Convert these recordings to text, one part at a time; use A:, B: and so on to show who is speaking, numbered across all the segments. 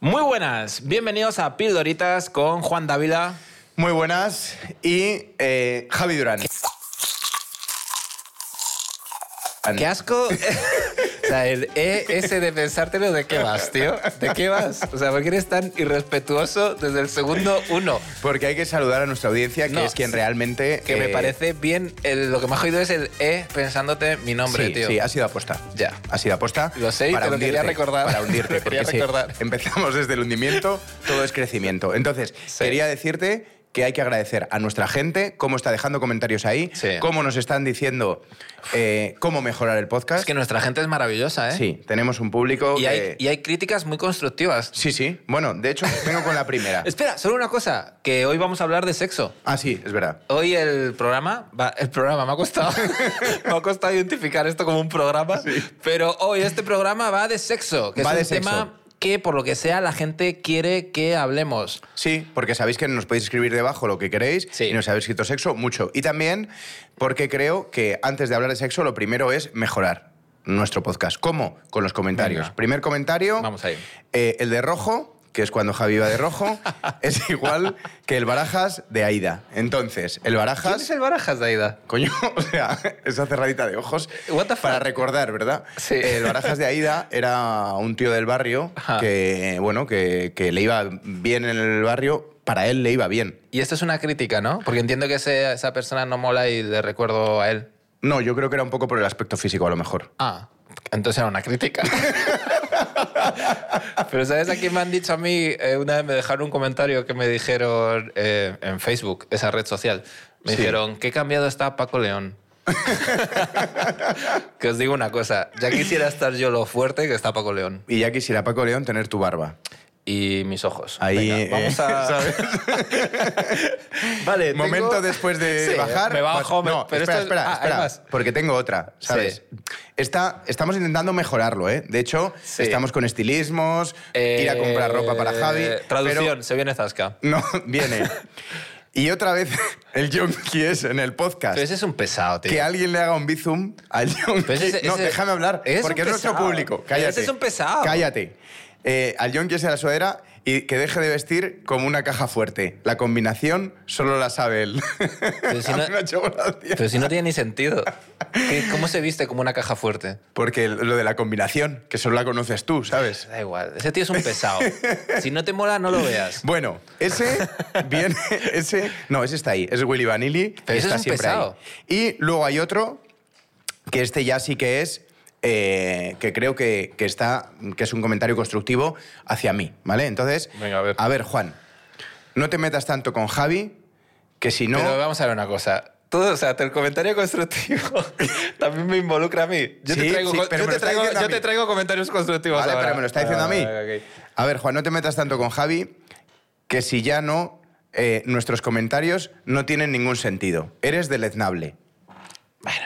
A: Muy buenas, bienvenidos a Pildoritas con Juan Dávila.
B: Muy buenas. Y eh, Javi Durán.
A: ¡Qué asco! o sea, el E ese de pensártelo, ¿de qué vas, tío? ¿De qué vas? O sea, ¿por qué eres tan irrespetuoso desde el segundo uno?
B: Porque hay que saludar a nuestra audiencia, que
A: No,
B: es quien
A: sí.
B: realmente...
A: Que me
B: eh,
A: parece bien, el- lo que más jodido es el E pensándote mi nombre,
B: sí,
A: tío.
B: sí, ha sido aposta.
A: Ya.
B: Ha sido aposta.
A: Lo sé y te lo quería recordar.
B: Para hundirte,
A: Lo quería
B: porque sí,
A: recordar.
B: empezamos desde el hundimiento, todo es crecimiento. Entonces,
A: Sí.
B: quería decirte que hay que agradecer a nuestra gente cómo está dejando comentarios ahí,
A: Sí.
B: cómo nos están diciendo eh, cómo mejorar el podcast.
A: Es que nuestra gente es maravillosa, ¿eh?
B: Sí, tenemos un público
A: Y hay,
B: que-
A: y hay críticas muy constructivas.
B: Sí, sí. Bueno, de hecho, vengo con la primera.
A: Espera, solo una cosa, que hoy vamos a hablar de sexo.
B: Ah, sí, es verdad.
A: Hoy el programa, va- el programa me ha costado, me ha costado identificar esto como un programa, pero hoy este programa va de sexo, que
B: Va de
A: es un
B: sexo.
A: tema que por lo que sea la gente quiere que hablemos.
B: Sí, porque sabéis que nos podéis escribir debajo lo que queréis
A: Sí.
B: y nos habéis escrito sexo mucho. Y también porque creo que antes de hablar de sexo lo primero es mejorar nuestro podcast. ¿Cómo? Con los comentarios.
A: Venga.
B: Primer comentario,
A: Vamos ahí.
B: eh, el de rojo, que es cuando Javi va de rojo, es igual que el barajas de Aida. Entonces, el
A: ¿Quién
B: barajas...
A: es el Barajas, Daida?
B: Coño, o sea, esa cerradita de ojos.
A: What the fuck?
B: Para recordar, ¿verdad? Eh,
A: Sí.
B: El Barajas de Aida era un tío del barrio
A: Ajá.
B: que, bueno, que, que le iba bien en el barrio. Para él le iba bien.
A: Y esto es una crítica, ¿no? Porque entiendo que ese- esa persona no mola y le recuerdo a él.
B: No, yo creo que era un poco por el aspecto físico, a lo mejor.
A: Ah, entonces era una crítica. Pero ¿sabes a quién me han dicho a mí? Eh, una vez me dejaron un comentario que me dijeron eh, en Facebook, esa red social. Me
B: Sí.
A: dijeron, qué cambiado está Paco León. que os digo una cosa, ya quisiera estar yo lo fuerte que está Paco León.
B: Y ya quisiera Paco León tener tu barba.
A: Y mis ojos.
B: Ahí,
A: Venga, vamos
B: eh,
A: a...
B: ¿sabes?
A: Vale, tengo-
B: Momento después de
A: Sí,
B: bajar.
A: Me bajo,
B: vas-
A: me-
B: No,
A: pero
B: espera,
A: esto es-
B: espera,
A: ah, hay
B: espera,
A: más.
B: Porque tengo otra, ¿sabes? Esta- estamos intentando mejorarlo, ¿eh? De hecho,
A: Sí.
B: estamos con estilismos, ir a comprar
A: Eh,
B: ropa para Javi.
A: Traducción,
B: pero-
A: se viene Zasca.
B: No, viene. Y otra vez el yonki es en el podcast.
A: Pero ese es un pesado, tío.
B: que alguien le haga un bizum al yonki.
A: Pero ese-
B: no,
A: ese-
B: déjame hablar,
A: ese es
B: porque
A: un
B: es nuestro
A: pesado.
B: público.
A: Pero
B: Cállate.
A: ese es un pesado.
B: Cállate. Eh, al yonki es en la sudadera y que deje de vestir como una caja fuerte. La combinación solo la sabe él.
A: Pero si
B: A
A: no-
B: mí me ha hecho gracia.
A: Pero si no tiene ni sentido. ¿Qué- ¿Cómo se viste como una caja fuerte?
B: Porque lo de la combinación, que solo la conoces tú, ¿sabes?
A: Da igual, ese tío es un pesado. Si no te mola, no lo veas.
B: Bueno, ese viene, ese, no, ese está ahí, es Willy Vanilli,
A: Pero ese
B: está
A: es un
B: siempre
A: pesado.
B: ahí. Y luego hay otro que este ya sí que es, eh, que creo que, que está, que es un comentario constructivo hacia mí, ¿vale? Entonces,
A: Venga, a ver.
B: Juan, no te metas tanto con Javi, que si no,
A: Pero vamos a ver una cosa. Todo, o sea, el comentario constructivo también me involucra a mí. Yo te
B: Sí,
A: traigo,
B: sí,
A: co-
B: pero
A: yo
B: me lo
A: te
B: está
A: traigo-
B: diciendo a
A: yo
B: mí.
A: te traigo comentarios constructivos.
B: Vale,
A: ahora.
B: pero me lo está diciendo a mí.
A: Vale, ok.
B: A ver, Juan, no te metas tanto con Javi, que si ya no, eh, nuestros comentarios no tienen ningún sentido. Eres deleznable.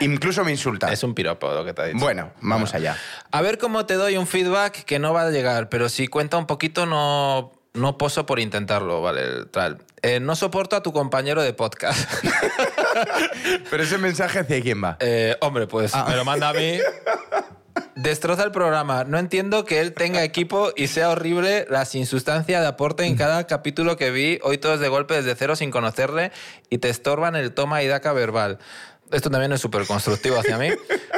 B: Incluso me insulta.
A: Es un piropo lo que te ha dicho.
B: Ah. Bueno, vamos allá.
A: A ver cómo te doy un feedback que no va a llegar, pero si cuenta un poquito no, no poso por intentarlo, ¿vale? el tal. Eh, no soporto a tu compañero de podcast.
B: Pero ese mensaje hacia quién va.
A: Eh, hombre, pues me lo manda a mí. Destroza el programa. No entiendo que él tenga equipo y sea horrible la insustancia de aporte en cada capítulo que vi. Hoy todos de golpe desde cero sin conocerle y te estorban el toma y daca verbal. Esto también es súper constructivo hacia mí.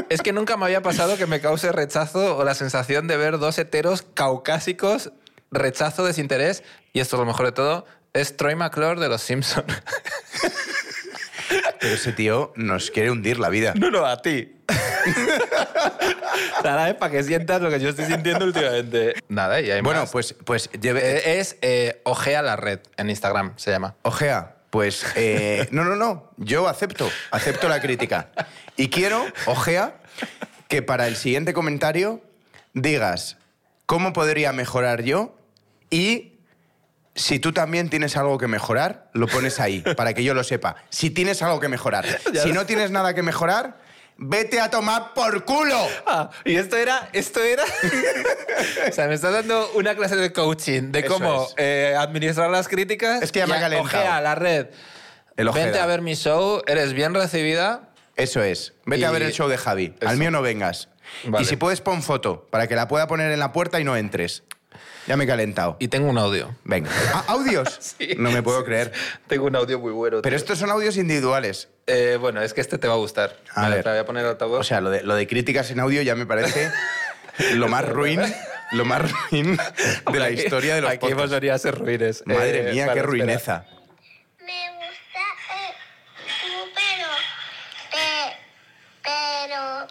A: Es que nunca me había pasado que me cause rechazo o la sensación de ver dos heteros caucásicos, rechazo, desinterés y esto es lo mejor de todo, es Troy McClure de Los Simpsons.
B: Pero ese tío nos quiere hundir la vida.
A: No, no, a ti. Nada, es para que sientas lo que yo estoy sintiendo últimamente. Nada, y hay
B: Bueno,
A: más.
B: pues, pues lleve-
A: Eh, es eh, Ojea la red en Instagram, se llama.
B: Ojea, pues eh, no, no, no. Yo acepto, acepto la crítica. Y quiero, Ojea, que para el siguiente comentario digas cómo podría mejorar yo y si tú también tienes algo que mejorar, lo pones ahí, para que yo lo sepa. Si tienes algo que mejorar. Si no tienes nada que mejorar, vete a tomar por culo.
A: Ah, y esto era, esto era. o sea, me estás dando una clase de coaching de
B: Eso
A: cómo
B: es.
A: eh, administrar las críticas.
B: Es que ya me ha
A: Y
B: calentado.
A: Ojea la red.
B: El Ojeda.
A: Vente a ver mi show, eres bien recibida.
B: Eso es. Vete
A: Y-
B: a ver el show de Javi.
A: Eso.
B: Al mío no vengas.
A: Vale.
B: Y si puedes, pon foto para que la pueda poner en la puerta y no entres. Ya me he calentado.
A: Y tengo un audio.
B: Venga. Ah, ¿Audios?
A: Sí.
B: No me puedo creer.
A: Tengo un audio muy bueno.
B: Pero
A: tío.
B: estos son audios individuales.
A: Eh, bueno, es que este te va a gustar.
B: A
A: Vale,
B: ver.
A: Te la voy a poner el altavoz.
B: O sea, lo de, lo de críticas en audio ya me parece lo más ruin, lo más ruin de la
A: Aquí-
B: historia de los
A: Aquí
B: podcasts.
A: podría ser ruines.
B: Madre
A: Eh,
B: mía,
A: vale, espera.
B: qué ruineza.
C: Me gusta el club, pero, pe- pero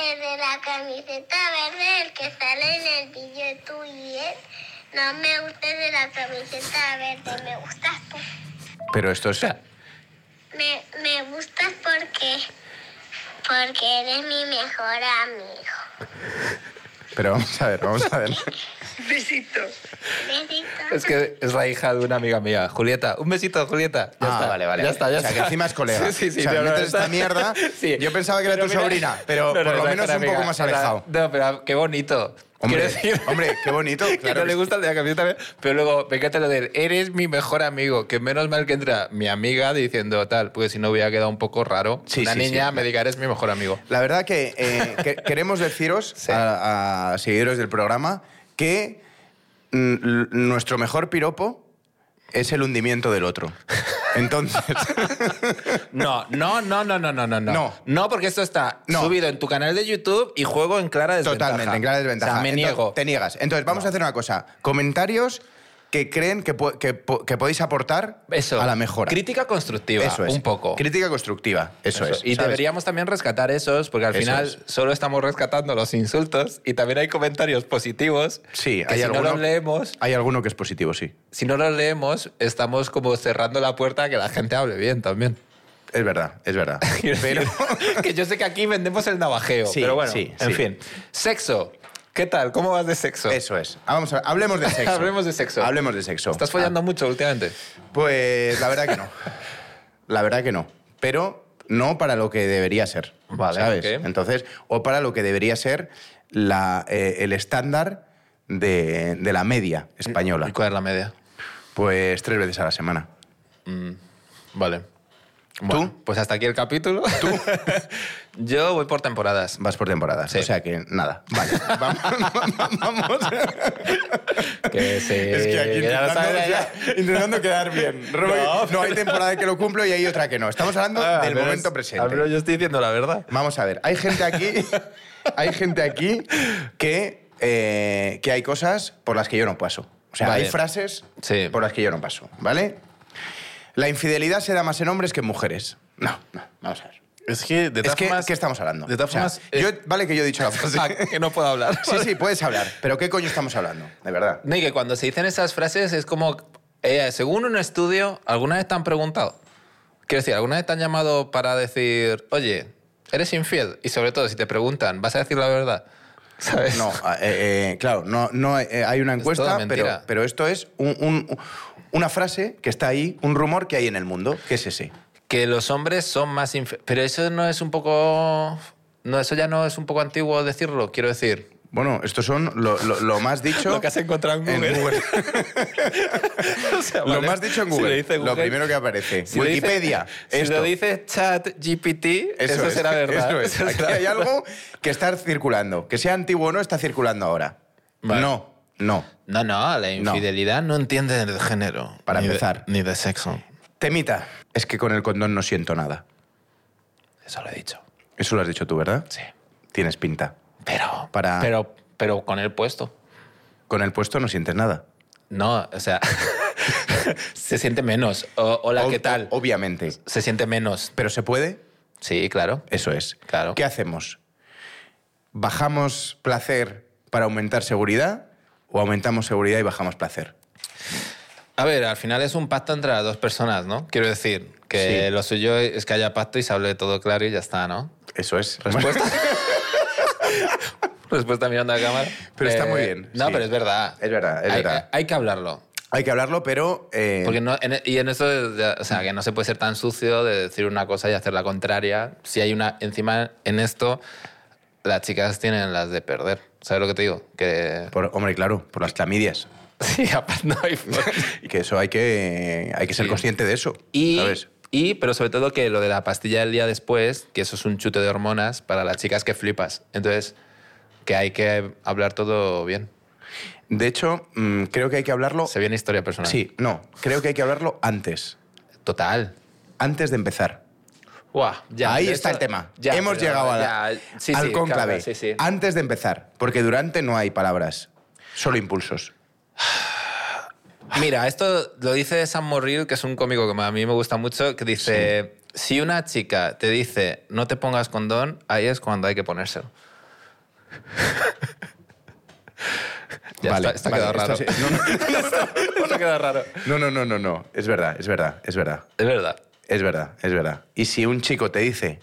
C: el de la camiseta verde, el que sale en el vídeo tú y él. No me gusta el de la camiseta verde, me gustas tú.
B: Pero esto es...
C: Me, me gustas porque, porque eres mi mejor amigo.
B: Pero vamos a ver, vamos a ver.
C: Besitos.
A: Es que es la hija de una amiga mía, Julieta. Un besito, Julieta. Ya
B: ah,
A: está.
B: vale, vale.
A: Ya está, ya
B: O sea,
A: está.
B: que encima es colega.
A: Sí, sí, sí.
B: O sea,
A: no, no,
B: metes
A: está-
B: esta mierda.
A: Sí.
B: Yo pensaba que era
A: Pero
B: tu
A: mira-
B: sobrina, pero
A: No, no,
B: por lo
A: no,
B: menos
A: era
B: un poco
A: amiga.
B: más
A: O sea,
B: alejado.
A: No, pero ah, qué bonito.
B: Hombre,
A: Quiero decir-
B: hombre, qué bonito.
A: Que
B: claro
A: no le
B: que
A: gusta el de la camiseta, verde, pero luego me encanta lo de eres mi mejor amigo, que menos mal que entra mi amiga diciendo tal, porque si no hubiera quedado un poco raro.
B: Sí,
A: una
B: sí,
A: niña
B: sí.
A: me diga eres mi mejor amigo.
B: La verdad que, eh, que- queremos deciros
A: Sí.
B: a, a seguidores del programa que mm, l- nuestro mejor piropo es el hundimiento del otro. Entonces,
A: No, no, no, no, no, no, no.
B: No.
A: No, no porque esto está
B: No.
A: subido en tu canal de YouTube y juego en clara desventaja.
B: totalmente, en clara desventaja.
A: O sea, me
B: Entonces,
A: niego.
B: Te niegas. Entonces, vamos a hacer una cosa. Comentarios que creen que, po- que po- que podéis aportar
A: Eso.
B: a la mejora.
A: Crítica constructiva,
B: Eso es.
A: un poco.
B: Crítica constructiva, eso, es.
A: Y
B: ¿sabes?
A: deberíamos también rescatar esos, porque al
B: Eso
A: final
B: es.
A: solo estamos rescatando los insultos y también hay comentarios positivos.
B: Sí,
A: que
B: hay
A: si
B: alguno-
A: no los leemos,
B: Hay alguno que es positivo, sí.
A: si no los leemos, estamos como cerrando la puerta a que la gente hable bien también.
B: Es verdad, es verdad.
A: Quiero
B: Pero...
A: decir, que yo sé que aquí vendemos el navajeo,
B: Sí,
A: pero bueno,
B: sí,
A: en
B: sí.
A: fin. Sexo. ¿Qué tal? ¿Cómo vas de sexo?
B: Eso es. Ah, Vamos a- hablemos de sexo.
A: Hablemos de sexo.
B: Hablemos de sexo.
A: ¿Estás follando mucho últimamente?
B: Ah, pues la verdad que no. La verdad que no. Pero no para lo que debería ser.
A: Vale,
B: ¿Sabes?
A: ok.
B: Entonces, o para lo que debería ser la, eh, el estándar de, de la media española.
A: ¿Y cuál es la media?
B: Pues tres veces a la semana.
A: Vale. Bueno, Pues hasta aquí el capítulo. ¿Tú? yo voy por temporadas.
B: Vas por temporadas.
A: Sí.
B: O sea que nada. Vale. Vamos. vamos.
A: Eh, Que sí.
B: Es que aquí
A: ya lo
B: intentando,
A: sabes,
B: o
A: ya-
B: sea, intentando quedar bien. Robo- No, hay temporada que lo cumplo y hay otra que no. Estamos hablando
A: Ah,
B: del
A: al menos-
B: momento
A: Al menos
B: presente.
A: yo estoy diciendo la verdad.
B: Vamos a ver, hay gente aquí, hay gente aquí que, eh, que hay cosas por las que yo no paso. O sea,
A: Vale.
B: hay frases
A: Sí.
B: por las que yo no paso, ¿vale? La infidelidad se da más en hombres que en mujeres. No, no, vamos a ver.
A: Es que, de
B: Es que, ¿qué estamos hablando?
A: de todas
B: O sea,
A: formas, eh,
B: yo- vale que yo he dicho la
A: Ah,
B: frase.
A: que no puedo hablar.
B: Sí, sí, puedes hablar, pero ¿qué coño estamos hablando? De verdad.
A: No, y que cuando se dicen esas frases es como, eh, según un estudio, ¿alguna vez te han preguntado? Quiero decir, ¿alguna vez te han llamado para decir, oye, eres infiel? Y sobre todo, si te preguntan, ¿vas a decir la verdad? ¿Sabes?
B: No, ah, eh, eh, claro, no, no eh, hay una encuesta,
A: toda mentira.
B: pero, pero esto es un- un- una frase que está ahí, un rumor que hay en el mundo, que es ese.
A: Que los hombres son más infieles. Pero eso no es un poco... No, eso ya no es un poco antiguo decirlo, quiero decir.
B: Bueno, estos son lo, lo- lo más dicho.
A: Lo que has encontrado en Google. O sea,
B: lo
A: vale,
B: más dicho en
A: si
B: Google,
A: lo dice
B: Lo
A: Google-
B: primero que aparece.
A: si lo dice-
B: Wikipedia.
A: si
B: esto.
A: lo dice chat GPT, eso,
B: es,
A: será verdad.
B: eso es.
A: Eso
B: Aquí
A: será
B: hay
A: verdad.
B: algo que está circulando. Que sea antiguo o no, está circulando ahora.
A: Vale.
B: No, no.
A: No, no, la infidelidad no, entiende el género.
B: Para
A: ni de-
B: empezar.
A: ni de sexo.
B: Temita. Es que con el condón no siento nada.
A: Eso lo he dicho.
B: Eso lo has dicho tú, ¿verdad?
A: Sí.
B: Tienes pinta.
A: Pero.
B: Para-
A: Pero, pero con el puesto.
B: Con el puesto no sientes nada.
A: No, o sea. se siente menos. O- hola,
B: Ob-
A: ¿qué tal?
B: Obviamente.
A: Se siente menos.
B: ¿Pero se puede?
A: Sí, claro.
B: Eso es.
A: Claro.
B: ¿Qué hacemos? ¿Bajamos placer para aumentar seguridad o aumentamos seguridad y bajamos placer?
A: A ver, al final es un pacto entre las dos personas, ¿no? Quiero decir que
B: Sí.
A: lo suyo es que haya pacto y se hable todo claro y ya está, ¿no?
B: Eso es.
A: Respuesta. Respuesta mirando a la cámara.
B: Pero está muy bien,
A: Eh, No,
B: sí.
A: pero es verdad.
B: Es verdad, es
A: Hay- eh,
B: verdad.
A: Hay que hablarlo.
B: Hay que hablarlo, pero... eh,
A: Porque no, en- e, y en eso, o sea, que no se puede ser tan sucio de decir una cosa y hacer la contraria. Si hay una. Encima, en esto, las chicas tienen las de perder. ¿Sabes lo que te digo? Que.
B: por- hombre, claro, por las clamidias.
A: Sí, aparte no hay.
B: Que eso hay que, hay que ser
A: Sí.
B: consciente de eso.
A: Y,
B: ¿Sabes?
A: y, pero sobre todo que lo de la pastilla del día después, que eso es un chute de hormonas para las chicas que flipas. Entonces, que hay que hablar todo bien.
B: De hecho, mm, creo que hay que hablarlo.
A: Se viene historia personal.
B: Sí, no, creo que hay que hablarlo antes.
A: Total.
B: Antes de empezar.
A: Buah, ya,
B: Ahí
A: de
B: está
A: hecho,
B: el tema.
A: ya,
B: Hemos
A: pero
B: llegado a la-
A: ya, sí,
B: al
A: sí,
B: cónclave.
A: claro, sí, sí.
B: Antes de empezar, porque durante no hay palabras, solo impulsos.
A: Mira, esto lo dice Sam Morril, que es un cómico que a mí me gusta mucho, que dice, si una chica te dice no te pongas condón, ahí es cuando hay que ponérselo. ya,
B: Vale,
A: esto, esto ha
B: vale,
A: quedado raro.
B: esto sí- no, no,
A: Esto ha quedado raro.
B: No, no, no, no, no. Es verdad, es verdad, es verdad.
A: Es verdad.
B: Es verdad, es verdad. Y si un chico te dice,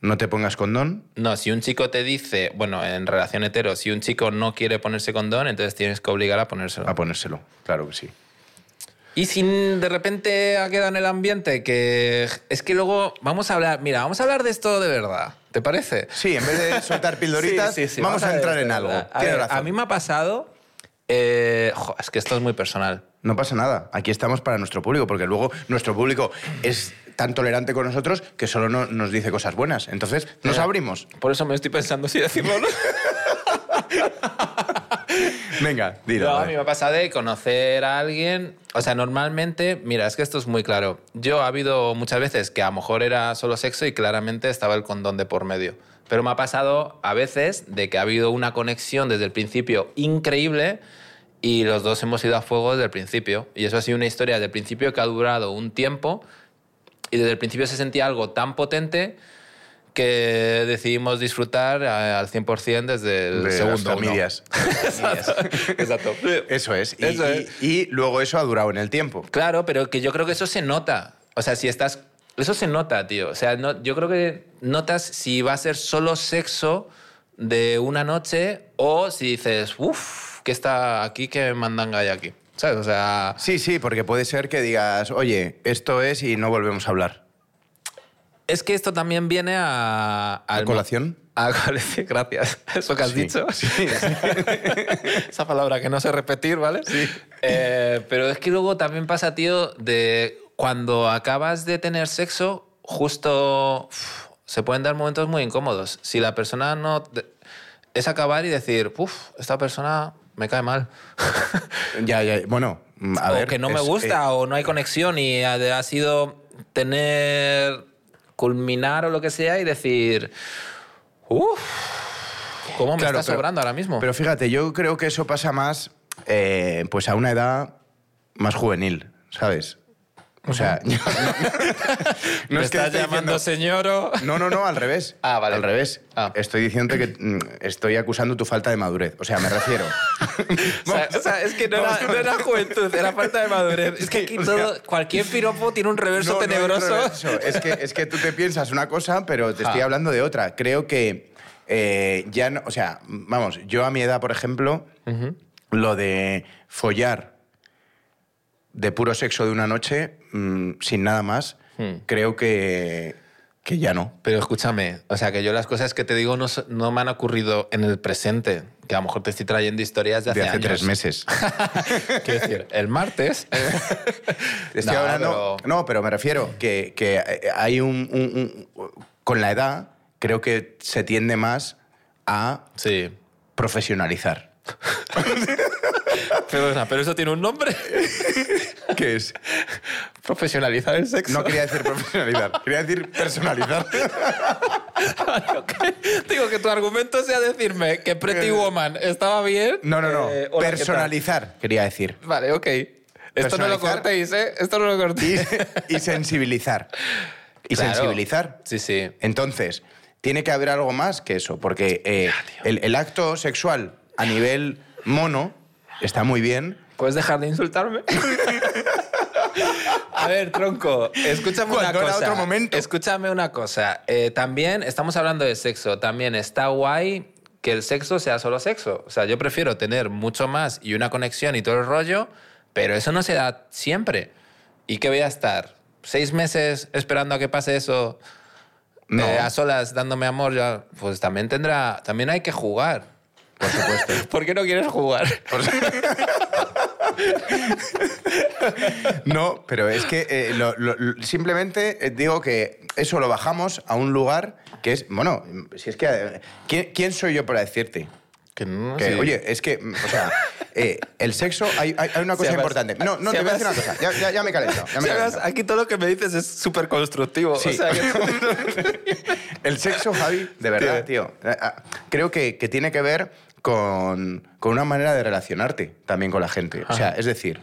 B: no te pongas condón,
A: No, si un chico te dice, bueno, en relación hetero, si un chico no quiere ponerse condón, entonces tienes que obligar a ponérselo.
B: a ponérselo. Claro que sí.
A: Y si de repente ha quedado en el ambiente que es que luego vamos a hablar, mira, vamos a hablar de esto de verdad, ¿te parece?
B: Sí, en vez de soltar pildoritas,
A: Sí, sí, sí,
B: vamos, a
A: ver,
B: entrar en
A: de
B: algo.
A: verdad. A,
B: Tienes
A: ver,
B: razón.
A: a mí me ha pasado. eh, jo, es que esto es muy personal.
B: No pasa nada. Aquí estamos para nuestro público, porque luego nuestro público es tan tolerante con nosotros que solo no- nos dice cosas buenas. Entonces, nos
A: Mira.
B: abrimos.
A: Por eso me estoy pensando si decirlo o no.
B: Venga, dilo.
A: No, a
B: a ver.
A: mí me pasa de conocer a alguien. O sea, normalmente, mira, es que esto es muy claro. Yo ha habido muchas veces que a lo mejor era solo sexo y claramente estaba el condón de por medio. Pero me ha pasado a veces de que ha habido una conexión desde el principio increíble y los dos hemos ido a fuego desde el principio. Y eso ha sido una historia desde el principio que ha durado un tiempo y desde el principio se sentía algo tan potente que decidimos disfrutar eh, al 100% desde el
B: De
A: segundo
B: hasta
A: uno.
B: medias.
A: Exacto.
B: Eso es. Y,
A: Eso es.
B: y- y luego eso ha durado en el tiempo.
A: Claro, pero que yo creo que eso se nota. O sea, si estás. Eso se nota, tío. O sea, no- yo creo que notas si va a ser solo sexo de una noche o si dices, uff, que está aquí, que mandanga hay aquí. ¿Sabes? O sea.
B: Sí, sí, porque puede ser que digas, oye, esto es y no volvemos a hablar.
A: Es que esto también viene a.
B: ¿A
A: al-
B: colación?
A: A colación, Ah, gracias. Eso que has
B: Sí,
A: dicho. Esa palabra que no sé repetir, ¿vale? Sí. pero es que luego también pasa, tío, de cuando acabas de tener sexo, justo uf, se pueden dar momentos muy incómodos. Si la persona no. te- Es acabar y decir, uff, esta persona me cae mal.
B: Ya, ya. Bueno, mm, a
A: o
B: ver.
A: que no me
B: es- eh,
A: gusta, o no hay conexión y ha, ha sido tener, culminar o lo que sea y decir, uff, ¿cómo me
B: Claro,
A: está
B: pero-
A: sobrando ahora mismo?
B: eh, Pero fíjate, yo creo que eso pasa más eh, pues a una edad más juvenil, ¿sabes? O sea, yo- no,
A: ¿Me
B: es que
A: estás
B: esté
A: llamando
B: diciendo-
A: señor o...?
B: No, no, no, al revés.
A: Ah, vale.
B: Al revés.
A: Ah.
B: Estoy diciendo que mm, estoy acusando tu falta de madurez. O sea, me refiero.
A: O sea, o sea, es que no era, no era juventud, era falta de madurez. Es que aquí todo, cualquier piropo tiene un reverso
B: No, no hay
A: tenebroso.
B: reverso. es, que, es que tú te piensas una cosa, pero te estoy
A: Ah.
B: hablando de otra. Creo que eh, ya no. O sea, vamos, yo a mi edad, por ejemplo, lo de follar de puro sexo de una noche, mm, sin nada más,
A: Hmm.
B: creo que, que ya no.
A: Pero escúchame, o sea, que yo las cosas que te digo no, so- no me han ocurrido en el presente, que a lo mejor te estoy trayendo historias de hace,
B: de hace
A: años.
B: tres meses.
A: Quiero decir, el martes...
B: Te estoy
A: No,
B: hablando-
A: pero-
B: No, pero me refiero que, que eh, hay un, un- un- Con la edad, creo que se tiende más a
A: Sí.
B: profesionalizar.
A: Perdona, pero eso tiene un nombre.
B: ¿Qué es?
A: Profesionalizar el sexo.
B: No quería decir profesionalizar, quería decir personalizar.
A: Digo que tu argumento sea decirme que Pretty Woman estaba bien.
B: No, no, no.
A: eh, hola, ¿qué tal?
B: personalizar, quería decir.
A: Vale, ok. Esto no lo
B: Personalizar.
A: cortéis, ¿eh? Esto no lo
B: Y,
A: cortéis.
B: y sensibilizar. Y
A: Claro.
B: sensibilizar.
A: Sí, sí.
B: Entonces, tiene que haber algo más que eso, porque eh, el, el acto sexual a nivel mono está muy bien.
A: ¿Puedes dejar Pues de insultarme? A ver, tronco, escúchame una
B: Cuando era
A: cosa.
B: otro momento.
A: Escúchame una cosa. Eh, también estamos hablando de sexo. También está guay que el sexo sea solo sexo. O sea, yo prefiero tener mucho más y una conexión y todo el rollo, pero eso no se da siempre. ¿Y qué voy a estar? ¿Seis meses esperando a que pase eso?
B: No,
A: eh, a solas dándome amor, ya, pues también tendrá. También hay que jugar.
B: por supuesto.
A: ¿Por qué no quieres jugar?
B: No, pero es que eh, lo- lo- lo- simplemente eh, digo que eso lo bajamos a un lugar que es, bueno, si es que, eh, ¿quién, quién soy yo para decirte?
A: Que no,
B: Que,
A: sí.
B: Oye, es que, mm, o sea, eh, el sexo, hay, hay- hay una cosa
A: Si además-
B: importante. No, no,
A: si
B: te voy a decir una
A: además-
B: cosa. Ya, ya, ya me he calentado. Ya me he
A: Además,
B: calentado.
A: aquí todo lo que me dices es súper constructivo.
B: Sí.
A: O sea, que-
B: El sexo, Javi, de verdad, tío. eh, ah, Creo que, que tiene que ver con, con una manera de relacionarte también con la gente. O sea, es decir,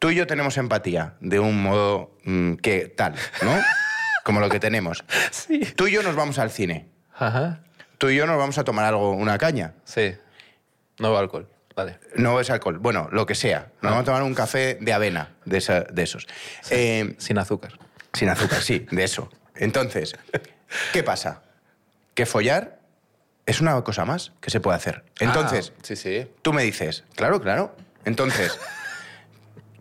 B: tú y yo tenemos empatía de un modo mm, que tal, ¿no? Como lo que tenemos.
A: sí.
B: Tú y yo nos vamos al cine.
A: Ajá.
B: Tú y yo nos vamos a tomar algo, una caña.
A: Sí. Nuevo alcohol. Vale.
B: No es alcohol, bueno, lo que sea.
A: Ah.
B: Nos vamos a tomar un café de avena, de, esa- de esos. Eh,
A: Sin azúcar.
B: sin azúcar, sí, de eso. Entonces, ¿qué pasa? Que follar es una cosa más que se puede hacer. Entonces,
A: Ah, sí, sí.
B: tú me dices, claro, claro. Entonces,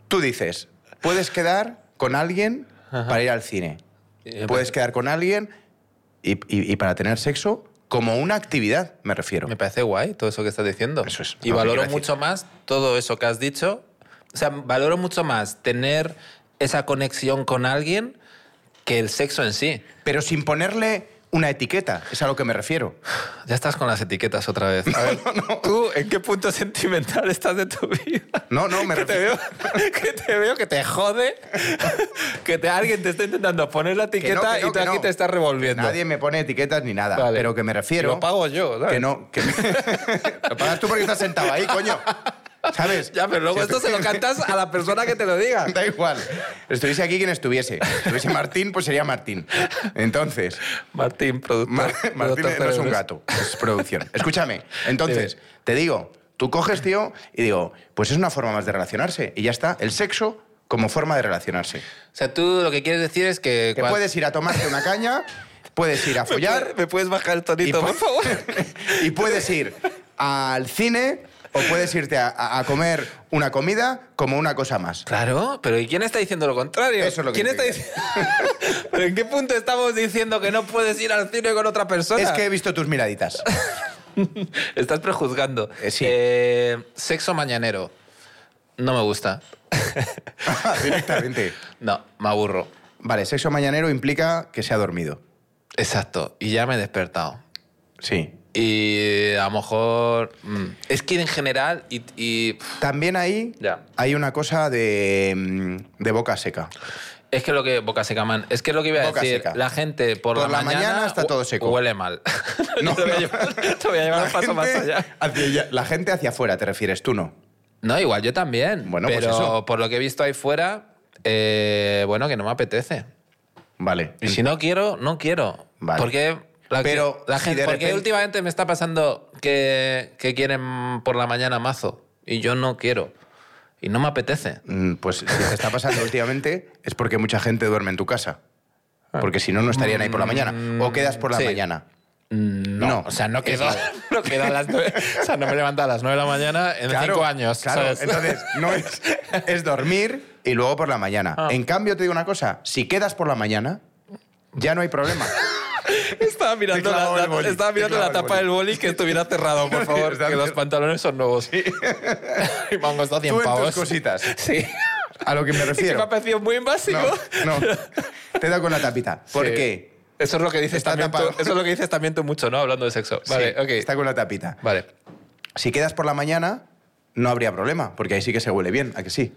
B: tú dices, puedes quedar con alguien para ir al cine.
A: Eh,
B: Puedes quedar con alguien y, y- y para tener sexo como una actividad, me refiero.
A: Me parece guay todo eso que estás diciendo.
B: Eso es
A: Y
B: lo que quiero
A: valoro
B: decir.
A: mucho más todo eso que has dicho. O sea, valoro mucho más tener esa conexión con alguien que el sexo en sí.
B: Pero sin ponerle una etiqueta, es a lo que me refiero.
A: Ya estás con las etiquetas otra vez. A ver, ¿Tú en qué punto sentimental estás de tu vida?
B: No, no, me
A: que te
B: refiero.
A: veo que te veo que te jode que te, alguien te está intentando poner la
B: Que no,
A: etiqueta
B: que no,
A: y tú
B: que
A: aquí
B: no.
A: te estás revolviendo
B: Nadie me pone etiquetas ni nada,
A: Vale.
B: pero que me refiero.
A: lo pago yo ¿sabes?
B: Que no. Que lo pagas tú porque estás sentado ahí, coño. ¿Sabes?
A: ya pero luego
B: Si
A: esto
B: estu-
A: se lo cantas a la persona que te lo diga
B: Da igual. Estuviese aquí quien estuviese. Si estuviese Martín, pues sería Martín. Entonces,
A: Martín productor
B: Mar- Martín
A: productor
B: no es un
A: cerebros.
B: gato, es producción. Escúchame. Entonces, te digo, tú coges, tío, y digo, pues es una forma más de relacionarse. Y ya está, el sexo como forma de relacionarse.
A: o sea tú lo que quieres decir es que,
B: Que
A: cuan-
B: puedes ir a tomarte una caña, puedes ir a follar.
A: me puedes bajar el tonito
B: Y pu-
A: por favor
B: y puedes ir al cine o puedes irte a- a, a comer una comida como una cosa más.
A: Claro, pero ¿y quién está diciendo lo contrario?
B: Eso es lo que
A: ¿Quién
B: te
A: está
B: digo.
A: dici- ¿Pero en qué punto estamos diciendo que no puedes ir al cine con otra persona?
B: Es que he visto tus miraditas.
A: Estás prejuzgando.
B: Eh, sí.
A: Eh, sexo mañanero. No me gusta.
B: Directamente.
A: No, me aburro.
B: Vale, sexo mañanero implica que se ha dormido.
A: Exacto. Y ya me he despertado.
B: Sí.
A: Y a lo mejor. mm, Es que en general. Y, y, pf,
B: También ahí
A: Ya.
B: hay una cosa de, mm, de boca seca.
A: es que lo que. Boca seca, man. Es que lo que iba a
B: Boca
A: decir.
B: seca.
A: La gente por,
B: Por la mañana está
A: hu-
B: todo seco.
A: Huele mal.
B: No,
A: te, voy a
B: no.
A: llevar, te voy a llevar un paso más
B: gente
A: allá.
B: hacia allá- la gente hacia afuera, te refieres, tú no.
A: No, igual yo también.
B: Bueno, pues
A: pero
B: eso.
A: por lo que he visto ahí fuera. eh, bueno, que no me apetece.
B: Vale.
A: Y si no quiero, no quiero.
B: Vale.
A: Porque la,
B: Pero
A: la
B: si
A: gente,
B: de
A: porque
B: repente-
A: últimamente me está pasando que, que quieren por la mañana mazo y yo no quiero. Y no me apetece.
B: Mm, Pues si te está pasando últimamente es porque mucha gente duerme en tu casa. Porque si no, no estarían ahí por la mañana. O quedas por la
A: Mm. sí.
B: mañana.
A: Mm, No,
B: No,
A: o sea, no
B: es
A: quedo,
B: mal.
A: no quedo a las nueve. O sea, no me levanto a las nueve de la mañana en
B: Claro,
A: cinco años.
B: Claro,
A: ¿sabes?
B: entonces no es, es dormir y luego por la mañana.
A: Ah.
B: En cambio, te digo una cosa, si quedas por la mañana, ya no hay problema.
A: estaba mirando,
B: Te
A: la,
B: clavo el
A: la-
B: boli,
A: estaba
B: te
A: mirando la
B: clavo el
A: tapa
B: boli.
A: del boli que estuviera cerrado, por favor,
B: Está
A: que los
B: bien.
A: pantalones son nuevos. y me han costado 100
B: Tú en tus
A: pavos.
B: cositas.
A: Sí.
B: A lo que
A: Es
B: me
A: que me ha
B: refiero.
A: parecido muy invasivo.
B: No, no. Te da con la tapita. ¿Por
A: Sí.
B: qué?
A: Eso es lo que dices
B: Está
A: también tú,
B: tapado.
A: eso es lo que dices también tú mucho, ¿no? Hablando de sexo. Vale,
B: Sí,
A: ok.
B: Está con la tapita.
A: Vale.
B: Si quedas por la mañana, no habría problema, porque ahí sí que se huele bien, ¿a que sí?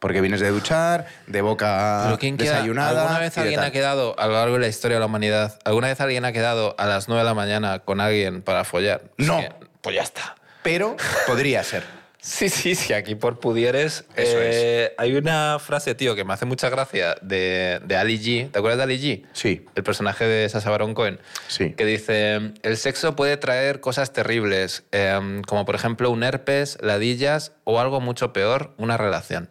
B: Porque vienes de duchar, de boca
A: Pero ¿quién queda?
B: Ah, desayunada.
A: ¿Alguna vez
B: y de
A: alguien
B: tal.
A: ha quedado a lo largo de la historia de la humanidad? ¿Alguna vez alguien ha quedado a las 9 de la mañana con alguien para follar?
B: No.
A: Es que, pues ya está.
B: Pero podría ser.
A: Sí, sí, sí, aquí por pudieres.
B: Eso
A: Eh, Hay una frase, tío, que me hace mucha gracia de, de Ali G. ¿Te acuerdas de Ali G?
B: Sí.
A: El personaje de Sasa Baron Cohen.
B: Sí.
A: Que dice: El sexo puede traer cosas terribles, em, como por ejemplo un herpes, ladillas o algo mucho peor, una relación.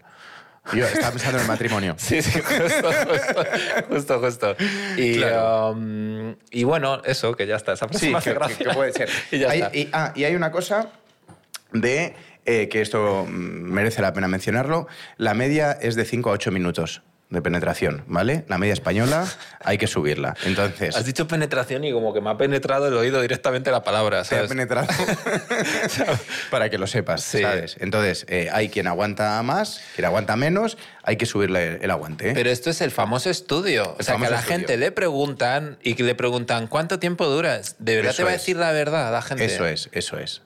B: Yo estaba pensando en el matrimonio.
A: Sí, sí, justo, justo, justo, justo. Y,
B: Claro.
A: um, y bueno, eso, que ya está. Esa frase
B: Sí,
A: me hace
B: que, que-
A: gracia.
B: que puede ser.
A: y ya
B: Hay-
A: está.
B: y- ah, y hay una cosa de eh, que esto mm, merece la pena mencionarlo. La media es de 5 a 8 minutos de penetración, ¿vale? La media española hay que subirla. Entonces,
A: Has dicho penetración y como que me ha penetrado el oído directamente la palabra,
B: te ha
A: ¿sabes?
B: penetrado para que lo sepas,
A: Sí.
B: ¿sabes? Entonces, eh, hay quien aguanta más, quien aguanta menos, hay que subirle el, el aguante. ¿eh?
A: Pero esto es el famoso estudio. o
B: El
A: sea, que a
B: famoso
A: la
B: estudio.
A: gente le preguntan y que le preguntan cuánto tiempo duras. De verdad
B: Eso
A: te va a
B: es.
A: decir la verdad la gente.
B: Eso es, eso es.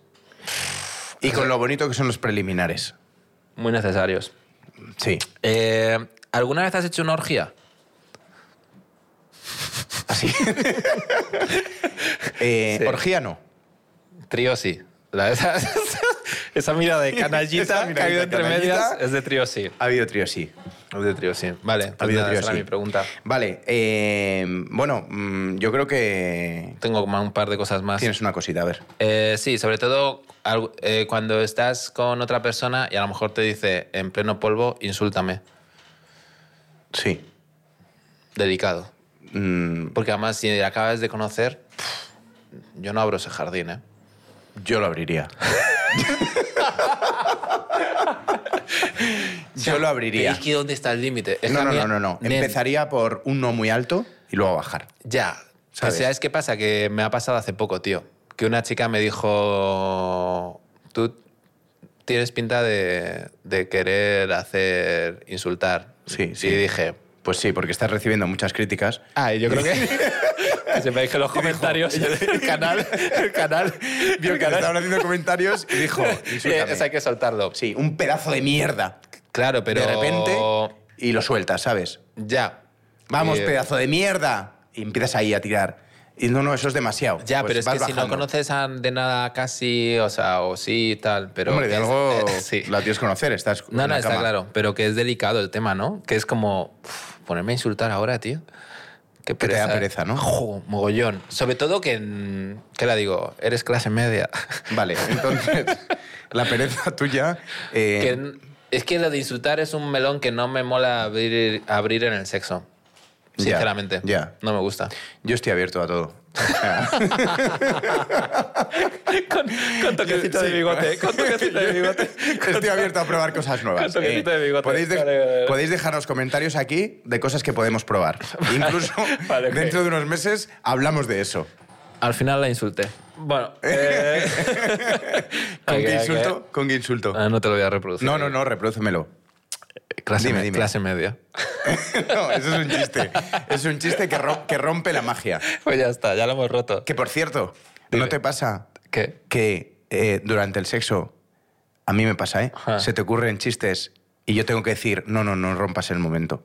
B: Y con lo bonito que son los preliminares.
A: Muy necesarios.
B: Sí.
A: Eh, ¿Alguna vez has hecho una orgía?
B: Así. Eh,
A: Sí.
B: Orgía no.
A: Trío sí. La- esa, esa mirada de
B: Esa
A: canallita
B: miradita
A: que ha habido entre
B: canallita.
A: medias es de trío sí.
B: Ha habido trío, sí.
A: Es de trío sí. Vale,
B: Ha habido
A: nada,
B: trío
A: esa era mi
B: sí.
A: pregunta.
B: Vale, eh, bueno, mm, yo creo que
A: Tengo como un par de cosas más.
B: tienes una cosita, a ver.
A: Eh, sí, sobre todo al- eh, cuando estás con otra persona y a lo mejor te dice en pleno polvo, insúltame.
B: Sí.
A: Delicado.
B: Mm,
A: Porque además, si la acabas de conocer, pff, yo no abro ese jardín, ¿eh?
B: yo lo abriría. yo lo abriría.
A: Es que ¿dónde está el límite? Es
B: No,
A: que a
B: no,
A: mí-
B: no, no, no.
A: Nen,
B: Empezaría por un no muy alto y luego bajar.
A: Ya.
B: ¿Sabes?
A: O sea, es que pasa que me ha pasado hace poco, tío. Que una chica me dijo. Tú tienes pinta de, de querer hacer insultar.
B: Sí, sí.
A: Y dije.
B: Pues sí, porque estás recibiendo muchas críticas.
A: Ah, yo creo que. que se me dijeron los comentarios. el canal. El canal.
B: Vio
A: el
B: que le
A: canal.
B: estaban haciendo comentarios y dijo,
A: Eh,
B: "Insúltame".
A: eso hay que soltarlo.
B: Sí, un pedazo de mierda.
A: Claro, pero.
B: De repente y lo sueltas, ¿sabes?
A: Ya.
B: Vamos,
A: Eh,
B: pedazo de mierda. Y empiezas ahí a tirar. Y no, no, eso es demasiado.
A: Ya,
B: Pues
A: pero es que
B: vas
A: si no
B: bajando.
A: conoces a- de nada casi, o sea, o sí y tal, pero...
B: Hombre, de
A: es- eh,
B: algo
A: sí.
B: la tienes que conocer. Estás
A: No, no,
B: en la
A: está
B: cama.
A: claro, pero que es delicado el tema, ¿no? Que es como uf, ponerme a insultar ahora, tío. Qué ¿eh?
B: Que te da pereza, ¿no?
A: Jo, mogollón. Sobre todo que, en- ¿qué la digo? Eres clase media.
B: Vale, entonces, la pereza tuya... eh,
A: Que n- es que lo de insultar es un melón que no me mola abrir, abrir en el sexo.
B: Ya,
A: Sinceramente.
B: ya.
A: No me gusta.
B: Yo estoy abierto a todo.
A: con,
B: toquecito de bigote,
A: con toquecito de bigote.
B: Estoy abierto a probar cosas nuevas. eh.
A: Con toquecito de bigote.
B: podéis, de-
A: Vale, vale, vale.
B: podéis dejarnos comentarios aquí de cosas que podemos probar. Incluso
A: vale, ok.
B: dentro de unos meses hablamos de eso.
A: Al final la insulté. Bueno. eh,
B: ¿Con
A: ok,
B: qué
A: ok.
B: insulto? ¿Con qué insulto?
A: Ah, no te lo voy a reproducir.
B: No, no, no, reprodúcemelo.
A: Clase,
B: Dime,
A: me-
B: dime.
A: clase media.
B: No, eso es un chiste. Es un chiste que, ro- que rompe la magia.
A: Pues ya está, ya lo hemos roto.
B: Que por cierto,
A: Dime.
B: ¿no te pasa
A: ¿Qué?
B: que eh, durante el sexo, a mí me pasa, ¿eh?
A: Ajá.
B: Se te ocurren chistes y yo tengo que decir, no, no, no rompas el momento.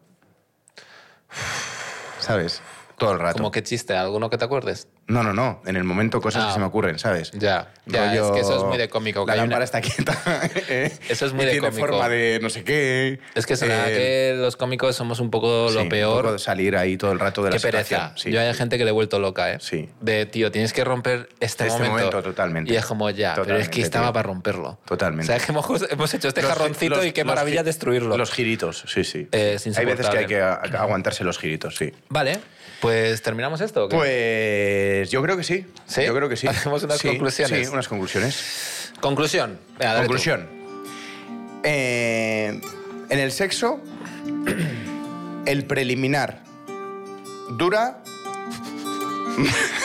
B: ¿Sabes? Todo el rato.
A: ¿Cómo que chiste? ¿Alguno que te acuerdes?
B: No, no, no. En el momento cosas
A: Ah.
B: que se me ocurren, ¿sabes?
A: Ya, ya,
B: Rollo,
A: es que eso es muy de cómico. que
B: La
A: hay una-
B: lámpara está quieta. ¿eh?
A: Eso es muy
B: Y
A: de
B: tiene
A: cómico.
B: forma de no sé qué.
A: Es que, será
B: eh,
A: que los cómicos somos un poco
B: sí,
A: lo
B: un
A: peor.
B: poco de salir ahí todo el rato de
A: Qué
B: la situación.
A: pereza.
B: Sí.
A: Yo hay gente que le he vuelto loca, ¿eh?
B: Sí.
A: De, tío, tienes que romper este,
B: Este
A: momento.
B: momento, totalmente.
A: Y es como ya, pero es
B: Totalmente,
A: que estaba
B: tío.
A: para romperlo.
B: Totalmente.
A: O sea, es que hemos, hemos hecho este
B: Los-
A: jarroncito
B: los-
A: y qué
B: los
A: maravilla
B: gi-
A: destruirlo.
B: Los giritos, sí, sí.
A: Eh, es
B: hay veces que
A: insoportable.
B: hay que a- aguantarse los giritos, sí.
A: Vale, pues terminamos esto. o qué?
B: Pues yo creo que sí.
A: ¿Sí?
B: Yo creo que sí.
A: Hacemos unas
B: Sí,
A: conclusiones.
B: Sí, unas conclusiones.
A: Conclusión. Venga, dale tú.
B: Conclusión. Eh, en el sexo, el preliminar dura.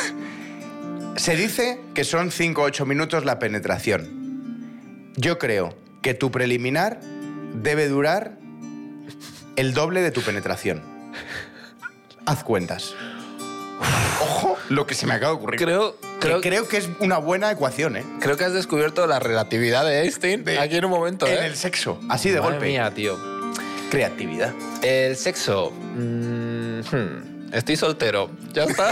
B: Se dice que son 5 o 8 minutos la penetración. Yo creo que tu preliminar debe durar el doble de tu penetración. Haz cuentas. Ojo, lo que se me acaba de ocurrir.
A: Creo, creo,
B: que, creo que es una buena ecuación, ¿eh?
A: creo que has descubierto la relatividad de Einstein
B: De-
A: aquí en un momento,
B: En
A: ¿eh?
B: el sexo, así de
A: Madre
B: golpe.
A: mía, tío.
B: Creatividad.
A: El sexo. Mm, hmm. Estoy soltero. Ya está.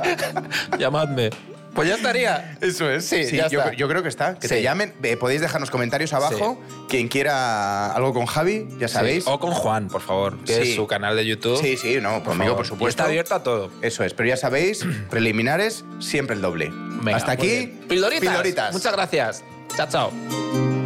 A: Llamadme. Pues ya estaría.
B: Eso es. Sí,
A: Sí, ya
B: yo,
A: está.
B: yo creo que está. Que te
A: Sí.
B: llamen. Eh, podéis dejarnos comentarios abajo. Quien quiera algo con Javi, ya sabéis.
A: O con Juan, por favor, que
B: Sí.
A: es su canal de YouTube.
B: Sí, sí, no,
A: Por
B: conmigo,
A: favor.
B: por
A: Y
B: supuesto.
A: está abierto a todo.
B: Eso es, pero ya sabéis, preliminares, siempre el doble.
A: Venga, muy
B: Hasta aquí.
A: bien. Pildoritas. Muchas gracias. Chao, chao.